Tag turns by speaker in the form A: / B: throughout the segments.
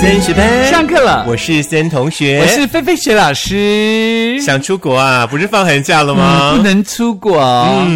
A: 森学班
B: 上课了
A: 我是森同学，
B: 我是菲菲学老师。
A: 想出国啊？不是放寒假了吗？嗯
B: 嗯不能出国，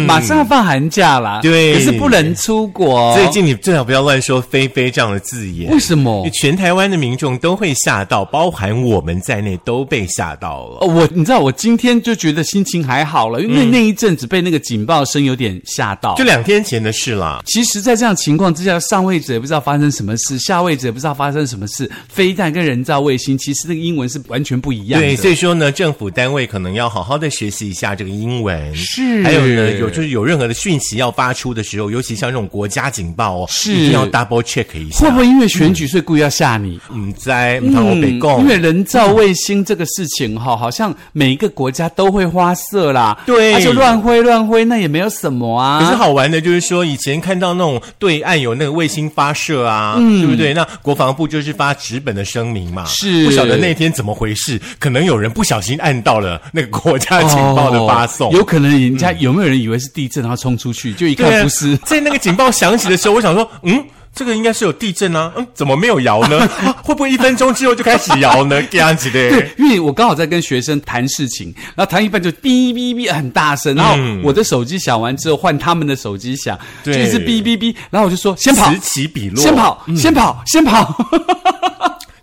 B: 马上要放寒假啦。
A: 对
B: 可是不能出国。
A: 最近你最好不要乱说“菲菲”这样的字眼
B: 为，什么
A: 因为？全台湾的民众都会吓到，包含我们在内都被吓到了。
B: 哦，我你知道，我今天就觉得心情还好了，因为那一阵子被那个警报声有点吓到。
A: 嗯就两天前的事啦。
B: 其实，在这样情况之下，上位者也不知道发生什么事，下位者也不知道发生什么事。飞弹跟人造卫星，其实那个英文是完全不一样的。
A: 对，所以说呢，政府单位可能要好好的学习一下这个英文。
B: 是
A: 还有呢，有就是有任何的讯息要发出的时候，尤其像这种国家警报哦，
B: 是
A: 一定要 double check 一
B: 会
A: 下
B: 不。会因为选举，所以故意要吓你？
A: 嗯，在嗯，我北贡
B: 因为人造卫星这个事情哈，好像每一个国家都会花色啦，
A: 对
B: 啊、就乱挥乱挥，那也没有什么啊。
A: 可是好玩的就是说，以前看到那种对岸有那个卫星发射啊，
B: 嗯
A: 对不对？那国防部就是发纸本的声明嘛，
B: 是
A: 不晓得那天怎么回事，可能有人不小心按到了那个国家警报的发送。嗯
B: 哦有可能人家有没有人以为是地震，然后冲出去，就一
A: 对啊
B: 看不是。
A: 在那个警报响起的时候，我想说，嗯。这个应该是有地震啊，嗯，怎么没有摇呢？ 会不会一分钟之后就开始摇 呢？这样子的，
B: 因为我刚好在跟学生谈事情，然后谈一半就哔哔哔很大声，然后
A: 嗯
B: 我的手机响完之后换他们的手机响，就
A: 对
B: 一直哔哔哔，然后我就说先跑
A: 此，起彼落。
B: 先跑，先跑，先跑。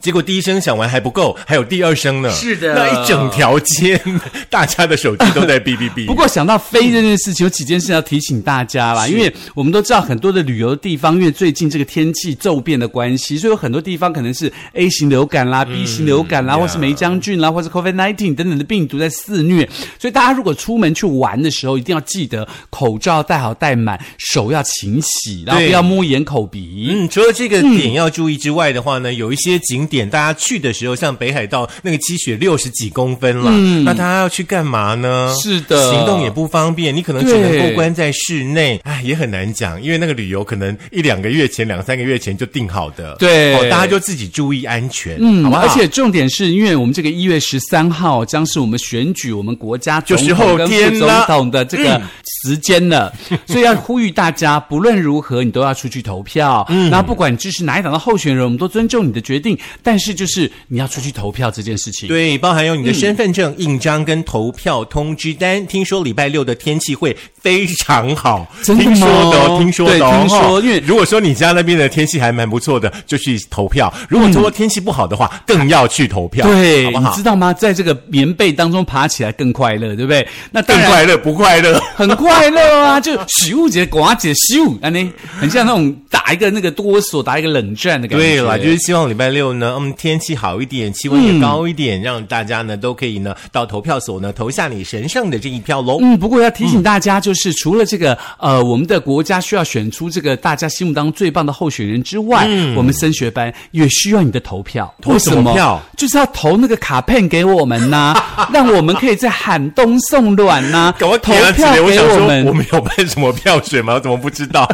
A: 结果第一声响完还不够，还有第二声呢。
B: 是的
A: 那一整条街， 大家的手机都在哔哔哔。
B: 不过想到飞这件事情，有几件事要提醒大家啦，因为我们都知道很多的旅游地方，因为最近这个天气骤变的关系，所以有很多地方可能是 A 型流感啦、B 型流感啦，或是梅将军啦，或是 COVID-19 等等的病毒在肆虐，所以大家如果出门去玩的时候，一定要记得口罩戴好戴满，手要勤洗，然后不要摸眼口鼻。
A: 嗯，除了这个点要注意之外的话呢，有一些景点大家去的时候，像北海道那个积雪六十几公分了，那大家要去干嘛呢？
B: 嗯是的
A: 行动也不方便，你可能只能
B: 对
A: 够关在室内，哎，也很难讲，因为那个旅游可能一两个月前、两三个月前就定好的，
B: 对
A: 哦，大家就自己注意安全，
B: 嗯
A: 好不好？
B: 而且重点是因为我们这个一月十三号将是我们选举我们国家总
A: 就是
B: 统
A: 后
B: 跟
A: 天
B: 副
A: 啦嗯
B: 总统的这个时间 了，所以要呼吁大家，不论如何你都要出去投票。嗯，那不管支持哪一党的候选人，我们都尊重你的决定，但是就是你要出去投票这件事情。
A: 对，包含有你的身份证、印章跟投票通知单。听说礼拜六的天气会非常好，
B: 真的吗
A: 听说的哦，听说的哦、
B: 对听说
A: 哦
B: 因为
A: 如果说你家那边的天气还蛮不错的，就去投票；如果说天气不好的话，更要去投票，
B: 对，
A: 好不
B: 你
A: 好
B: 知？道吗？在这个棉被当中爬起来更快乐，对不对？那当
A: 更
B: 然。
A: 快乐不快乐？
B: 很快乐啊，就咻姐、寡姐、咻，安呢，很像那种打一个那个哆嗦、打一个冷战的感觉。
A: 对了，就是希望礼拜六呢，嗯，天气好一点，气温也高一点，让大家呢都可以呢到投票所呢投下你神圣的这一票喽。
B: 嗯，不过要提醒大家，就是除了这个呃，我们的国家需要选出这个大家心目当中最棒的候选人之外，我们升学班也需要你的投票。
A: 嗯投
B: 为
A: 什么票？
B: 就是要投那个卡片给我们呐、 让我们可以在寒冬送暖呐、
A: 赶快
B: 投
A: 填啊
B: 票
A: 子
B: 给
A: 莲我想说，
B: 们，
A: 我们有办什么票选吗？怎么不知道、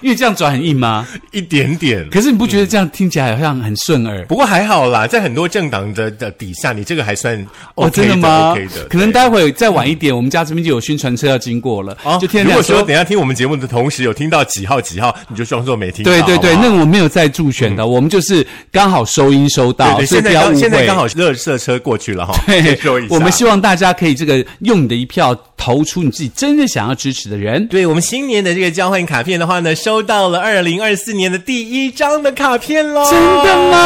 B: 因为这样转很硬吗？
A: 一点点。
B: 可是你不觉得这样听起来好像很顺耳？
A: 不过还好啦，在很多政党的的底下，你这个还算 OK
B: 哦真的吗
A: o k 的，
B: 可能
A: 对
B: 待会再晚一点，我们家这边就有宣传车要经过了，
A: 哦
B: 就天
A: 如果
B: 亮
A: 说等一下听我们节目的同时有听到几号几号，你就装作没听到。
B: 对对对，
A: 好不啊
B: 那
A: 好
B: 个我没有在助选的，我们就是刚好收音收到，
A: 对对，
B: 所以
A: 现
B: 不
A: 在
B: 要误
A: 刚
B: 会。
A: 现在刚好热色车过去了哈，
B: 嘿
A: 接受一下。
B: 我们希望大家可以这个用你的一票投出你自己真正想要支持的人。
A: 对我们新年的这个交换卡片的话呢，收到了二零二四年的第一张的卡片喽。
B: 真的？吗？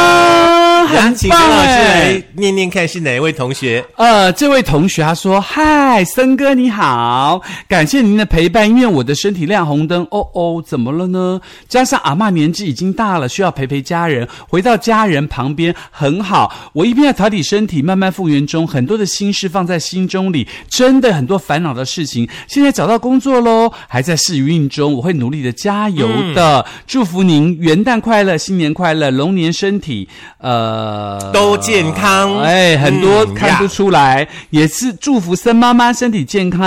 A: 然后
B: 很
A: 请
B: 棒
A: 孙老师
B: 哎
A: 来！念念看是哪一位同学。
B: 呃，这位同学他说：“嗨，森哥你好，感谢您的陪伴，因为我的身体亮红灯，哦哦，怎么了呢？加上阿嬷年纪已经大了，需要陪陪家人，回到家人旁边很好。我一边要调理身体，慢慢复原中，很多的心事放在心中里，真的很多烦恼的事情。现在找到工作喽，还在试运中，我会努力的加油的。祝福您元旦快乐，新年快乐，龙年身体呃
A: 都健康
B: 哎，很多
A: 嗯
B: 看不
A: 呀
B: 出来，也是祝福森妈妈身体健康，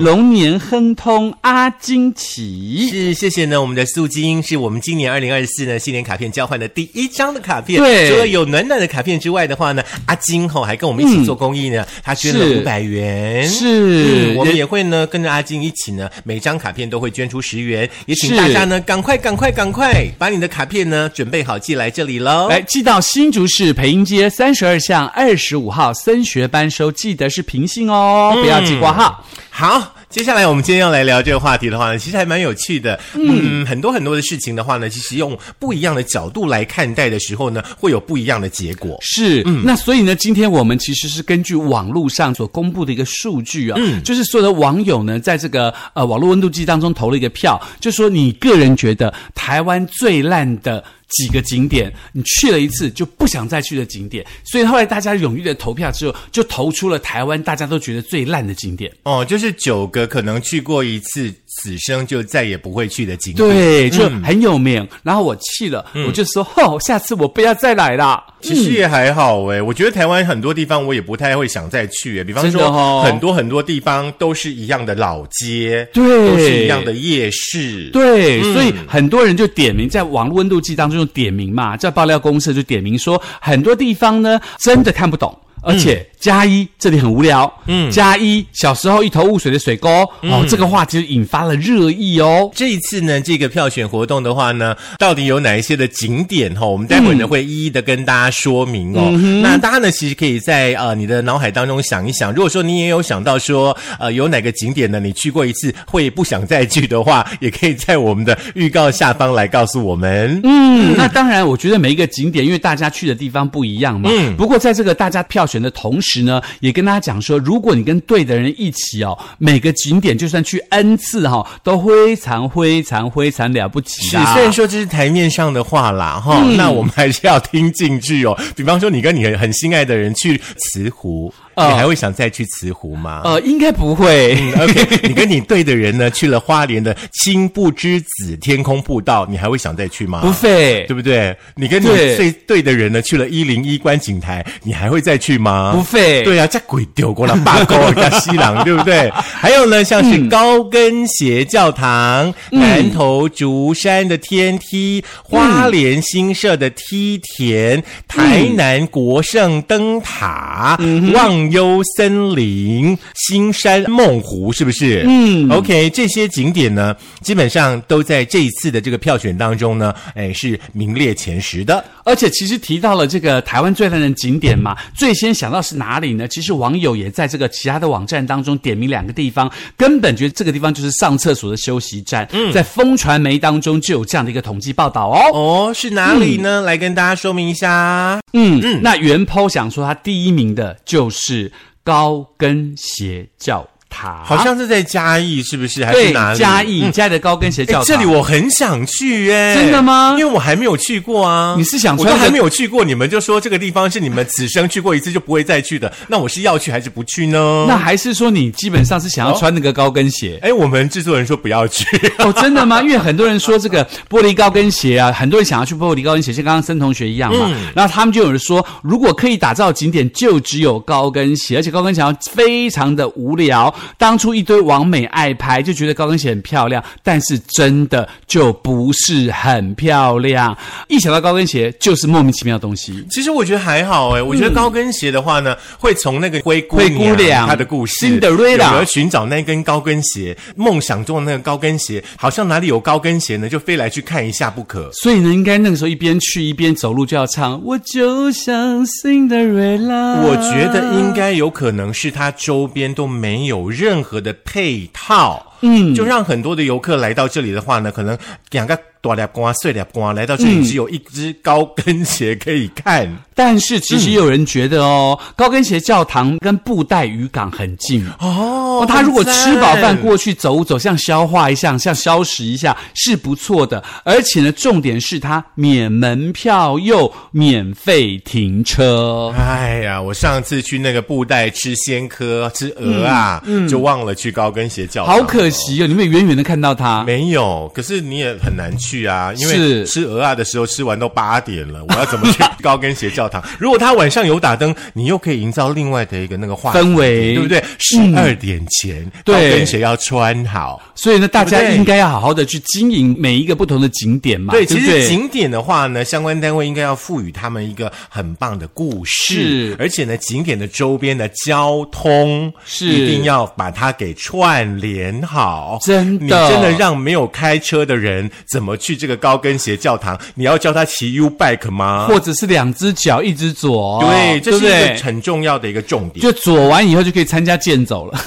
B: 龙年亨通，阿金奇。
A: 是，谢谢呢。我们的素金是我们今年二零二四呢新年卡片交换的第一张的卡片。
B: 对
A: 除了有暖暖的卡片之外的话呢，阿金吼还跟我们一起做公益呢，他捐了
B: 嗯是
A: 五百元。嗯
B: 是是，
A: 我
B: 也
A: 们也会呢跟着阿金一起呢，每张卡片都会捐出十元，也请
B: 是
A: 大家呢赶快赶快赶快把你的卡片呢准备好寄来这里喽。
B: 来哎寄到新竹市培英街三十二巷二十五号升学班收，记得是平信哦，不要寄挂号。
A: 好，接下来我们今天要来聊这个话题的话呢，其实还蛮有趣的。嗯，很多很多的事情的话呢，其实用不一样的角度来看待的时候呢，会有不一样的结果。
B: 是，
A: 嗯
B: 那所以呢，今天我们其实是根据网络上所公布的一个数据啊，
A: 嗯
B: 就是所有的网友呢，在这个呃网络温度计当中投了一个票，就说你个人觉得台湾最烂的。几个景点，你去了一次就不想再去的景点，所以后来大家踊跃的投票之后，就投出了台湾大家都觉得最烂的景点。
A: 哦，就是九个可能去过一次，此生就再也不会去的景点。
B: 对，就很有名。然后我气了，我就说：“吼，下次我不要再来啦。”
A: 嗯其实也还好诶、我觉得台湾很多地方我也不太会想再去诶、欸比方
B: 真的哦
A: 说很多很多地方都是一样的老街，
B: 对
A: 都是一样的夜市，
B: 对，所以很多人就点名，在网络温度计当中就点名嘛，在爆料公社就点名说，很多地方呢真的看不懂。而且加一这里很无聊，嗯，加一小时候一头雾水的水沟，哦，这个话题就引发了热议哦。
A: 这一次呢，这个票选活动的话呢，到底有哪一些的景点哈、我们待会儿
B: 嗯
A: 呢、会一一的跟大家说明哦。那大家呢，其实可以在呃你的脑海当中想一想，如果说你也有想到说呃有哪个景点呢，你去过一次会不想再去的话，也可以在我们的预告下方来告诉我们。
B: 嗯，那当然，我觉得每一个景点，因为大家去的地方不一样嘛。嗯。不过在这个大家票选的同时呢，也跟大家讲说，如果你跟对的人一起哦，每个景点就算去 n 次哈、哦，都非常非常非常了不起
A: 是
B: 的、，啊
A: 虽然说这是台面上的话啦，哈、
B: 嗯
A: 那我们还是要听进去哦。比方说，你跟你很很心爱的人去慈湖，
B: 哦
A: 你还会想再去慈湖吗？
B: 呃，应该不会。
A: 嗯 OK，你跟你对的人呢去了花莲的青布之子天空步道，你还会想再去吗？
B: 不费
A: 对，不对？你跟你
B: 对
A: 最对的人呢去了一零一观景台，你还会再去吗？
B: 不费
A: 对啊，这鬼丢过了八沟加西郎，对不对？还有呢，像是高跟鞋教堂、南头竹山的天梯、花莲新社的梯田、台南国盛灯塔、忘忧森林、新山梦湖，是不是？嗯，OK，这些景点呢，基本上都在这一次的这个票选当中呢，哎，是名列前十的。
B: 而且其实提到了这个台湾最烂的景点嘛，最先想到是哪里呢？其实网友也在这个其他的网站当中点名两个地方，根本觉得这个地方就是上厕所的休息站。在风传媒当中就有这样的一个统计报道哦。
A: 嗯哦，是哪里呢？来跟大家说明一下。
B: 嗯，那原剖想说他第一名的就是高跟鞋教堂，
A: 好像是在嘉义，是不是？还是
B: 对
A: 哪里？
B: 嘉义嘉义的高跟鞋
A: 诶。
B: 教堂，
A: 这里我很想去耶、
B: 真的吗
A: 因为我还没有去过啊。
B: 你是想
A: 我
B: 穿着
A: 都还没有去过，你们就说这个地方是你们此生去过一次就不会再去的，那我是要去还是不去呢？
B: 那还是说你基本上是想要
A: 哦
B: 穿那个高跟鞋？
A: 哎，我们制作人说不 要去，
B: 哦，真的吗？因为很多人说这个玻璃高跟鞋啊，很多人想要去玻璃高跟鞋，像刚刚森同学一样嘛。
A: 嗯
B: 然后他们就有人说，如果可以打造景点，就只有高跟鞋，而且高跟鞋好像非常的无聊。当初一堆网美爱拍，就觉得高跟鞋很漂亮，但是真的就不是很漂亮。一想到高跟鞋，就是莫名其妙的东西。
A: 其实我觉得还好哎，我觉得高跟鞋的话呢，会从那个灰姑娘
B: 嗯灰姑娘
A: 她的故事，
B: Cinderella
A: 有人寻找那根高跟鞋，梦想中的那个高跟鞋，好像哪里有高跟鞋呢，就非来去看一下不可。
B: 所以呢，应该那个时候一边去一边走路就要唱，我就像 Cinderella。
A: 我觉得应
B: 啊
A: 该有可能是它周边都没有任何的配套，嗯，就让很多的游客来到这里的话呢，可能两个大两瓜、碎两瓜来到这里，只有一只高跟鞋可以看。
B: 但是其实也有人觉得哦，高跟鞋教堂跟布袋渔港很近。
A: 哦
B: 哦，他如果吃饱饭过去走走，像消化一下，像消食一下是不错的。而且呢，重点是它免门票又免费停车。
A: 哎呀，我上次去那个布袋吃鲜科吃鹅啊，
B: 嗯
A: 就忘了去高跟鞋教堂，
B: 好可。惜哦！你们远远的看到它，
A: 没有，可是你也很难去去啊，因为
B: 是
A: 吃鹅啊的时候吃完都八点了，我要怎么去高跟鞋教堂？ 如果他晚上有打灯，你又可以营造另外的一个那个话题
B: 氛围嗯
A: 对不对？十二点前、高
B: 对
A: 跟鞋要穿好。
B: 所以呢，大
A: 对
B: 家
A: 不对
B: 应该要好好的去经营每一个不同的景点嘛，
A: 对，
B: 对
A: 其
B: 不
A: 实
B: 对？啊
A: 景点的话呢，相关单位应该要赋予他们一个很棒的故事
B: 是，
A: 而且呢，景点的周边的交通
B: 是
A: 一定要把它给串联好。
B: 真的
A: 你真的让没有开车的人怎么去这个高跟鞋教堂？你要教他骑 U bike 吗？
B: 或者是两只脚一只左，
A: 对，这是
B: 对不
A: 一个
B: 对？
A: 很重要的一个重点
B: 就左完以后就可以参加健走了。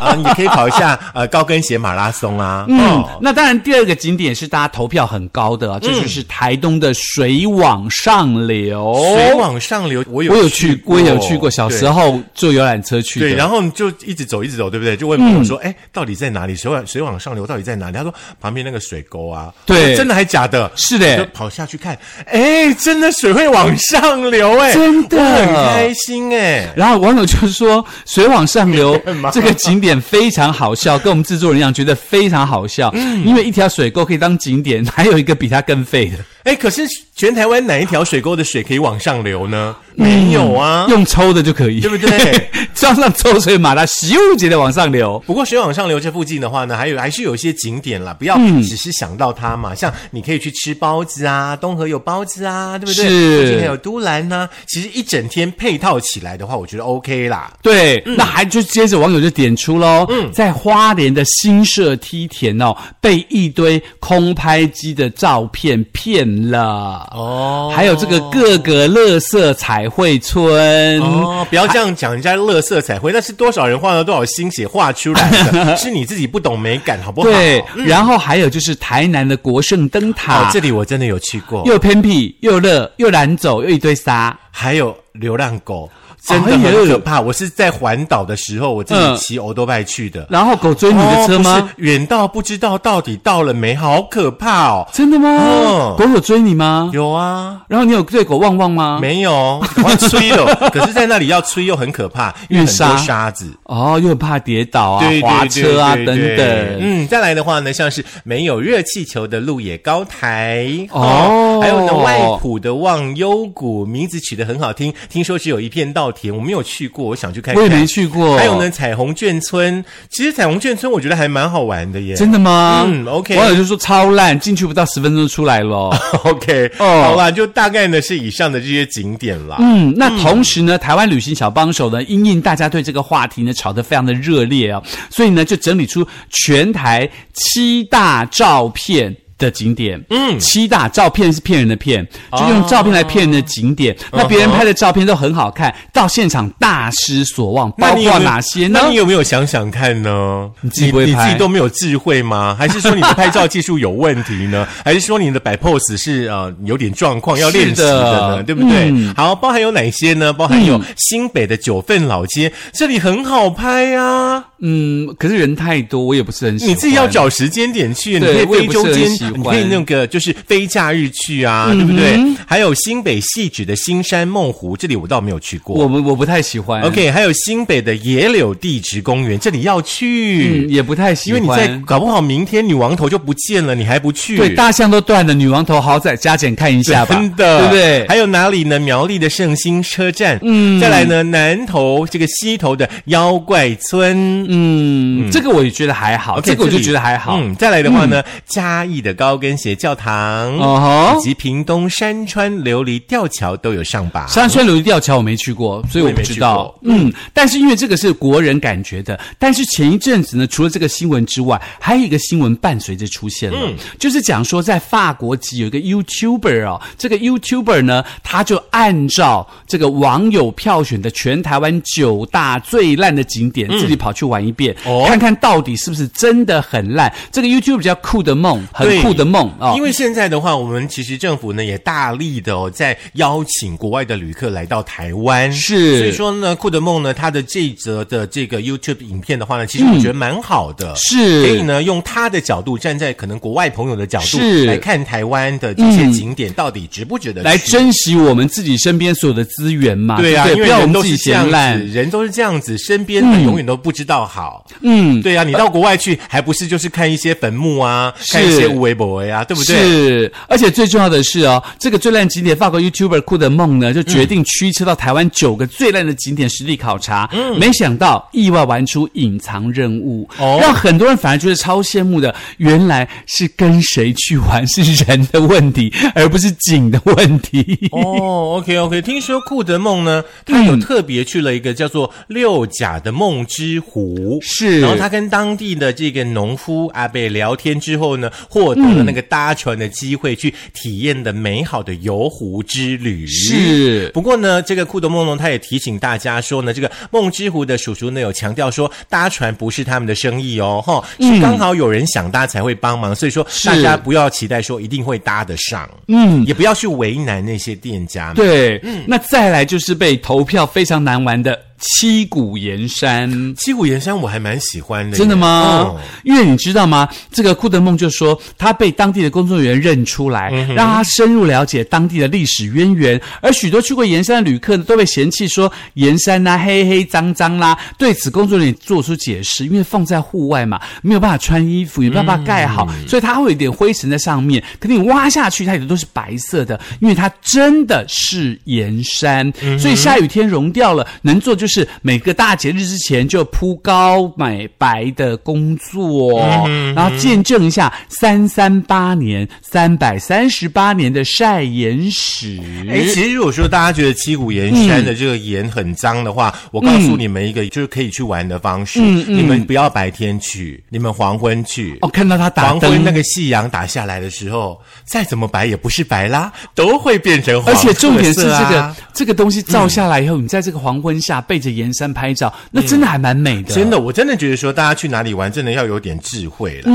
A: 啊！你可以跑一下呃高跟鞋马拉松啊，
B: 嗯
A: 哦，嗯
B: 那当然，第二个景点是大家投票很高的啊，这就是台东的水往上流。
A: 水往上流，我有
B: 哦我有去，我也有去过，小
A: 对
B: 时候坐游览车去的。嗯
A: 对，然后你就一直走，一直走，对不对？就问朋友说：“哎、到底在哪里？水往水往上流到底在哪里？”他说：“旁边那个水沟啊。”
B: 对
A: 我说真的还假的？
B: 是的
A: 就跑下去看，哎，真的水会往上流，哎，
B: 真的
A: 我很开心，哎。
B: 然后网友就 说：“水往上流这个景点非常好笑，跟我们制作人一样，觉得非常好笑。
A: 嗯
B: 因为一条水沟可以当景点，还有一个比它更废的，
A: 哎，可是全台湾哪一条水沟的水可以往上流呢？
B: 嗯
A: 没有啊。
B: 用抽的就可以，
A: 对不对？
B: 装上抽水马达，咻级的往上流。
A: 不过水往上流这附近的话呢，还有还是有一些景点啦，不要只是想到它嘛。像你可以去吃包子啊，东河有包子啊，对不对？
B: 是
A: 附近还有都兰呐、其实一整天配套起来的话，我觉得 OK 啦。
B: 对，
A: 嗯
B: 那还就接着网友就点出喽，在花莲的新社梯田哦，被一堆空拍机的照片骗了
A: 哦
B: 还有这个各个乐色彩绘村
A: 哦，不要这样讲人家乐色彩绘，那是多少人花了多少心血画出来 的，是你自己不懂美感，好不好？
B: 对，然后还有就是台南的国盛灯
A: 嗯哦
B: 塔，，
A: 这里我真的有去过，
B: 又偏僻又热又难走又一堆沙，
A: 还有流浪狗，真的
B: 哎呦
A: 很可怕。我是在环岛的时候，我自己骑欧多拜去的。
B: 然后狗追哎你的车
A: 哦
B: 吗？
A: 不是远到不知道到底到了没，好可怕哦！
B: 真的吗？
A: 嗯
B: 狗有追你吗？
A: 有啊，
B: 然后你有对狗旺旺吗？
A: 没有，赶快吹 了。可是，在那里要吹又很可怕，因为很多
B: 运沙
A: 沙子。
B: 哦，又很怕跌倒啊、
A: 对
B: 滑车啊
A: 对
B: 等
A: 对对
B: 等。
A: 嗯，再来的话呢，像是没有热气球的鹿野高台
B: 哦
A: 还有呢外埔的忘忧谷，名字取得很好听，听说只有一片稻田，我没有去过，我想去看看。
B: 我也没去过。
A: 还有呢，，彩虹眷村，其实彩虹眷村我觉得还蛮好玩的耶。
B: 真的吗？
A: 嗯，OK
B: 网友就说超烂，进去不到十分钟就出来了。
A: OK，、
B: 哦
A: 好啦，就大概呢是以上的这些景点啦。
B: 嗯，那同时呢，台湾旅行小帮手呢，因应大家对这个话题呢吵得非常的热烈哦，所以呢就整理出全台七大照片。的景点，嗯，七大照片是骗人的骗，
A: 啊
B: 就用照片来骗人的景点。那
A: 嗯
B: 别人拍的照片都很好看，到现场大失所望，
A: 那
B: 包
A: 你有
B: 括
A: 没有
B: 哪些呢
A: 那？你有没有想想看呢？你
B: 自己不会
A: 你
B: 拍
A: 自己都没有智慧 吗？还是说你的拍照技术有问题呢？还是说你的摆 pose 是呃有点状况要练习的
B: 是
A: 呢？
B: 的嗯
A: 对不对？好，包含有哪些呢？包含有新北的九份老街，这里很好拍啊，
B: 嗯，可是人太多，我也不是很喜欢。
A: 你自己要找时间点去，你
B: 对
A: 可以
B: 我
A: 非
B: 也不是
A: 周间
B: 很喜，欢嗯
A: 你可以那个就是非假日去啊，对不对？还有新北细指的新山梦湖，这里我倒没有去过。
B: 我们我不太喜欢。
A: OK，还有新北的野柳地质公园，这里要去。
B: 嗯，也不太喜
A: 因为
B: 欢。
A: 你在搞不好明天女王头就不见了，你还不去？
B: 对嗯大象都断了，女王头好歹加减看一下吧，
A: 真的，
B: 对不对？
A: 还有哪里呢？苗栗的圣心车站，嗯，再来呢，南投这个西头的妖怪村，嗯，
B: 嗯，这个我也觉得还好，这个我就觉得还好。
A: 嗯，再来的话呢，嘉义的高跟鞋教堂，
B: 哦吼
A: 以及屏东山川琉璃吊桥都有上榜。
B: 山川流吊桥我没去过，所以我不知道。嗯，但是因为这个是国人感觉的，但是前一阵子呢，除了这个新闻之外，还有一个新闻伴随着出现了，
A: 嗯
B: 就是讲说在法国籍有一个 YouTuber 哦，这个 YouTuber 呢，他就按照这个网友票选的全台湾九大最烂的景点，自己跑去玩一遍，
A: 嗯哦
B: 看看到底是不是真的很烂。这个 YouTuber 叫酷的梦，很
A: 对
B: 酷的梦哦，
A: 因为现在的话，我们其实政府呢也大力的哦，在邀请国外的旅客来到台湾。
B: 是
A: 所以说呢，酷的梦呢，它的这一则的这个 YouTube 影片的话呢，其实我觉得蛮好的。
B: 是
A: 可以呢，用他的角度，站在可能国外朋友的角度
B: 是嗯
A: 来看台湾的这些景点到底值不值得去
B: 来珍惜我们自己身边所有的资源嘛，
A: 对啊，
B: 不
A: 因
B: 对？
A: 为
B: 不要我
A: 人
B: 们
A: 都
B: 自
A: 是
B: 己嗯
A: 这样
B: 嫌
A: 子，
B: 烂。
A: 人都是这样子，身边的永远都不知道较好。嗯，对啊，你到国外去还不是就是看一些坟墓啊，看一些无为博呀，对不对？
B: 是，而且最重要的是哦，这个最烂景点法国 YouTuber 酷的梦呢，就决定驱车到台湾九个最烂的景点实地考察。嗯，没想到意外玩出隐藏任务，
A: 哦
B: 让很多人反而觉得超羡慕的。原来是跟谁去玩是人的问题，而不是景的问题。
A: 哦，OK OK，听说库德梦呢，
B: 嗯
A: 他有特别去了一个叫做六甲的梦之湖，
B: 是
A: 然后他跟当地的这个农夫阿贝聊天之后呢，获得了
B: 嗯
A: 那个搭船的机会，去体验的美好的游湖之旅。
B: 是
A: 不过呢，这个库德梦龙他也提醒大家说呢，这个梦之湖的叔叔呢有强调说，搭船不是他们的生意哦，哈、是刚好有人想搭才会帮忙，所以说
B: 是
A: 大家不要期待说一定会搭得上，嗯，也不要去为难那些店家们。
B: 对，
A: 嗯
B: 那再来就是被投票非常难玩的七股岩山。
A: 七股岩山我还蛮喜欢的耶，
B: 真的吗？
A: 嗯
B: 因为你知道吗？这个库德梦就说他被当地的工作人员认出来，让他深入了解当地的历史渊源。而许多去过盐山的旅客呢，都被嫌弃说盐山呐、黑黑脏脏啦。对此，工作人员做出解释，因为放在户外嘛，没有办法穿衣服，也没有办法盖好，所以它会有一点灰尘在上面。可你挖下去，它也都是白色的，因为它真的是盐山，
A: 嗯
B: 所以下雨天融掉了，能做就是每个大节日之前就铺高买白的工作，
A: 嗯
B: 然后见证一下三三八年三百三十八年的晒盐史。
A: 哎，其实如果说大家觉得七股岩山的这个盐很脏的话，嗯我告诉你们一个就是可以去玩的方式，你们不要白天去，你们黄昏去。
B: 哦，看到它打
A: 黄昏
B: 灯
A: 那。个夕阳打下来的时候，再怎么白也不是白啦，都会变成黄、
B: 而
A: 色
B: 且重点是这个、
A: 啊
B: 这个东西照下来以后，你在这个黄昏下背着盐山拍照，那真的还蛮美的。
A: 嗯真的，我真的觉得说，大家去哪里玩，真的要有点智慧了。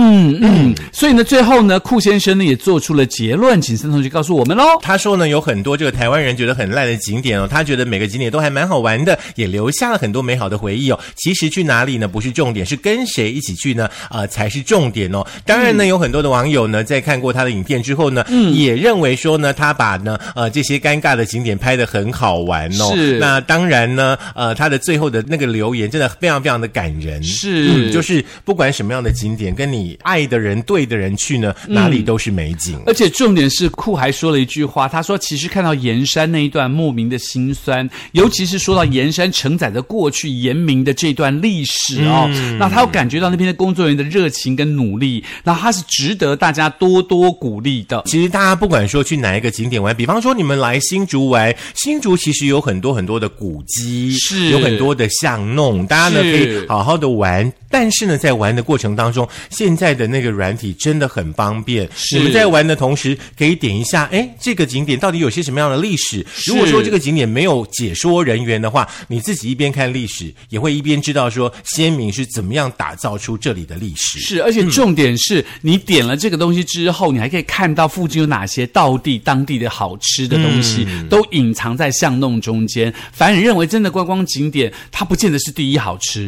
B: 所以呢，最后呢，库先生呢也做出了结论，请森同学告诉我们喽。
A: 他说呢，有很多这个台湾人觉得很烂的景点哦，他觉得每个景点都还蛮好玩的，也留下了很多美好的回忆哦。其实去哪里呢，不是重点，是跟谁一起去呢，呃，才是重点哦。当然呢，有很多的网友呢，在看过他的影片之后呢，
B: 嗯
A: 也认为说呢，他把呢，呃，这些尴尬的景点拍得很好玩哦。
B: 是
A: 那当然呢，呃，他的最后的那个留言真的非常非常的感人。
B: 是
A: 嗯，就是不管什么样的景点，跟你爱的人、对的人去呢，
B: 嗯
A: 哪里都是美景。
B: 而且重点是，库还说了一句话，他说：“其实看到盐山那一段，莫名的心酸，尤其是说到盐山承载着过去盐民的这段历史哦，那他有感觉到那边的工作人员的热情跟努力，那他是值得大家多多鼓励的。
A: 其实大家不管说去哪一个景点玩，比方说你们来新竹玩，新竹其实有很多很多的古迹，
B: 是
A: 有很多的巷弄，大家呢可
B: 是
A: 以好好的玩。但是呢，在玩的过程当中，现在的那个软体真的很方便。
B: 是
A: 你们在玩的同时，可以点一下，哎，这个景点到底有些什么样的历史？
B: 是
A: 如果说这个景点没有解说人员的话，你自己一边看历史，也会一边知道说先民是怎么样打造出这里的历史。
B: 是，而且重点是、你点了这个东西之后，你还可以看到附近有哪些道地当地的好吃的东西，都隐藏在巷弄中间。凡人认为真的观光景点，它不见得是第一好吃，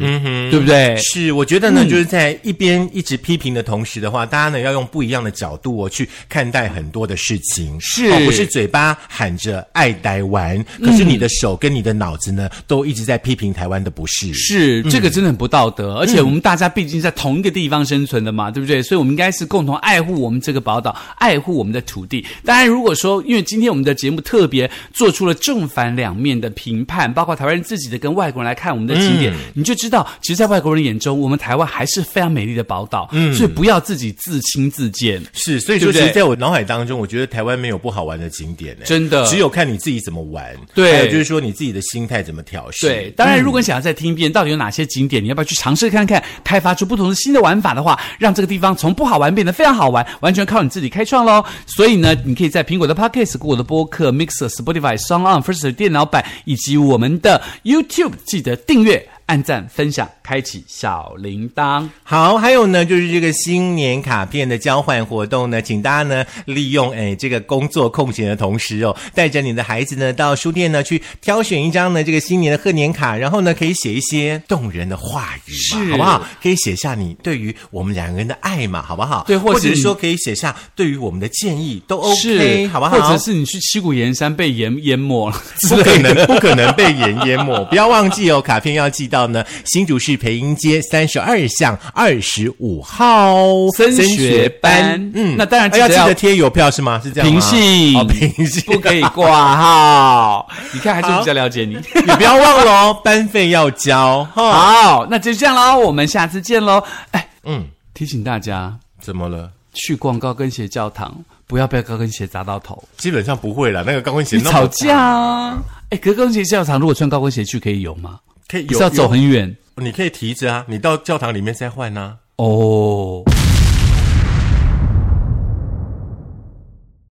B: 对不对？
A: 是，我觉得
B: 嗯
A: 呢，就是在一边一直批评的同时的话，大家呢要用不一样的角度哦去看待很多的事情，
B: 是嗯
A: 哦、不是嘴巴喊着爱台湾，可是你的手跟你的脑子呢，都一直在批评台湾的不是。
B: 是，这个真的很不道德，而且我们大家毕竟在同一个地方生存的嘛，对不对？所以我们应该是共同爱护我们这个宝岛，爱护我们的土地。当然，如果说因为今天我们的节目特别做出了正反两面的评判，包括台湾人自己的跟外国人来看我们的景点，你就知道，其实，在外国人眼中，我们台湾还是非常美丽的宝岛。所以不要自己自轻自贱。
A: 是，所以说，
B: 对不
A: 其
B: 对
A: 实在我脑海当中，我觉得台湾没有不好玩的景点、欸，
B: 真的
A: 只有看你自己怎么玩，
B: 对
A: 还有就是说你自己的心态怎么调试。
B: 对，当然，如果你想要再听一遍，到底有哪些景点，你要不要去尝试看看，开发出不同的新的玩法的话，让这个地方从不好玩变得非常好玩，完全靠你自己开创喽。所以呢，你可以在苹果的 Podcast、Google 的播客、Mixer、Spotify、s o n g On、First 电脑版以及我们的 YouTube 记得订阅、按赞、分享、开启小铃铛。
A: 好，还有呢，就是这个新年卡片的交换活动呢，请大家呢利用哎这个工作空闲的同时哦，带着你的孩子呢到书店呢去挑选一张呢这个新年的贺年卡，然后呢可以写一些动人的话语嘛，
B: 是
A: 好不好？可以写下你对于我们两个人的爱嘛，好不好？
B: 对或
A: 或
B: 者
A: 者是
B: 你
A: 说可以写下对于我们的建议都
B: 是
A: OK，，好不好？
B: 或者是你去七股岩山被淹淹没了之
A: 不
B: 类
A: 可
B: 的。
A: 能，不可能被盐淹没，不要忘记哦，卡片要记得。到呢新竹市培英街三十二巷二十五号
B: 升学班
A: 嗯，
B: 那当然
A: 哎
B: 记
A: 要
B: 得
A: 记
B: 要
A: 得贴邮票是吗？是这样吗
B: 平信，
A: 哦平信，
B: 不可以挂 号。你看，还是比较了解你。
A: 你不要忘了哦，班费要交哈。
B: 好，那就这样喽，我们下次见喽。哎，
A: 嗯，
B: 提醒大家，
A: 怎么了？
B: 去逛高跟鞋教堂，不要被高跟鞋砸到头。
A: 基本上不会啦，那个高跟鞋
B: 你
A: 那么
B: 吵架啊？哎，高跟鞋教堂如果穿高跟鞋去可以有吗？
A: 可以
B: 不
A: 有
B: 是要走，很远
A: 有你可以提着啊，你到教堂里面再换呐、
B: 哦。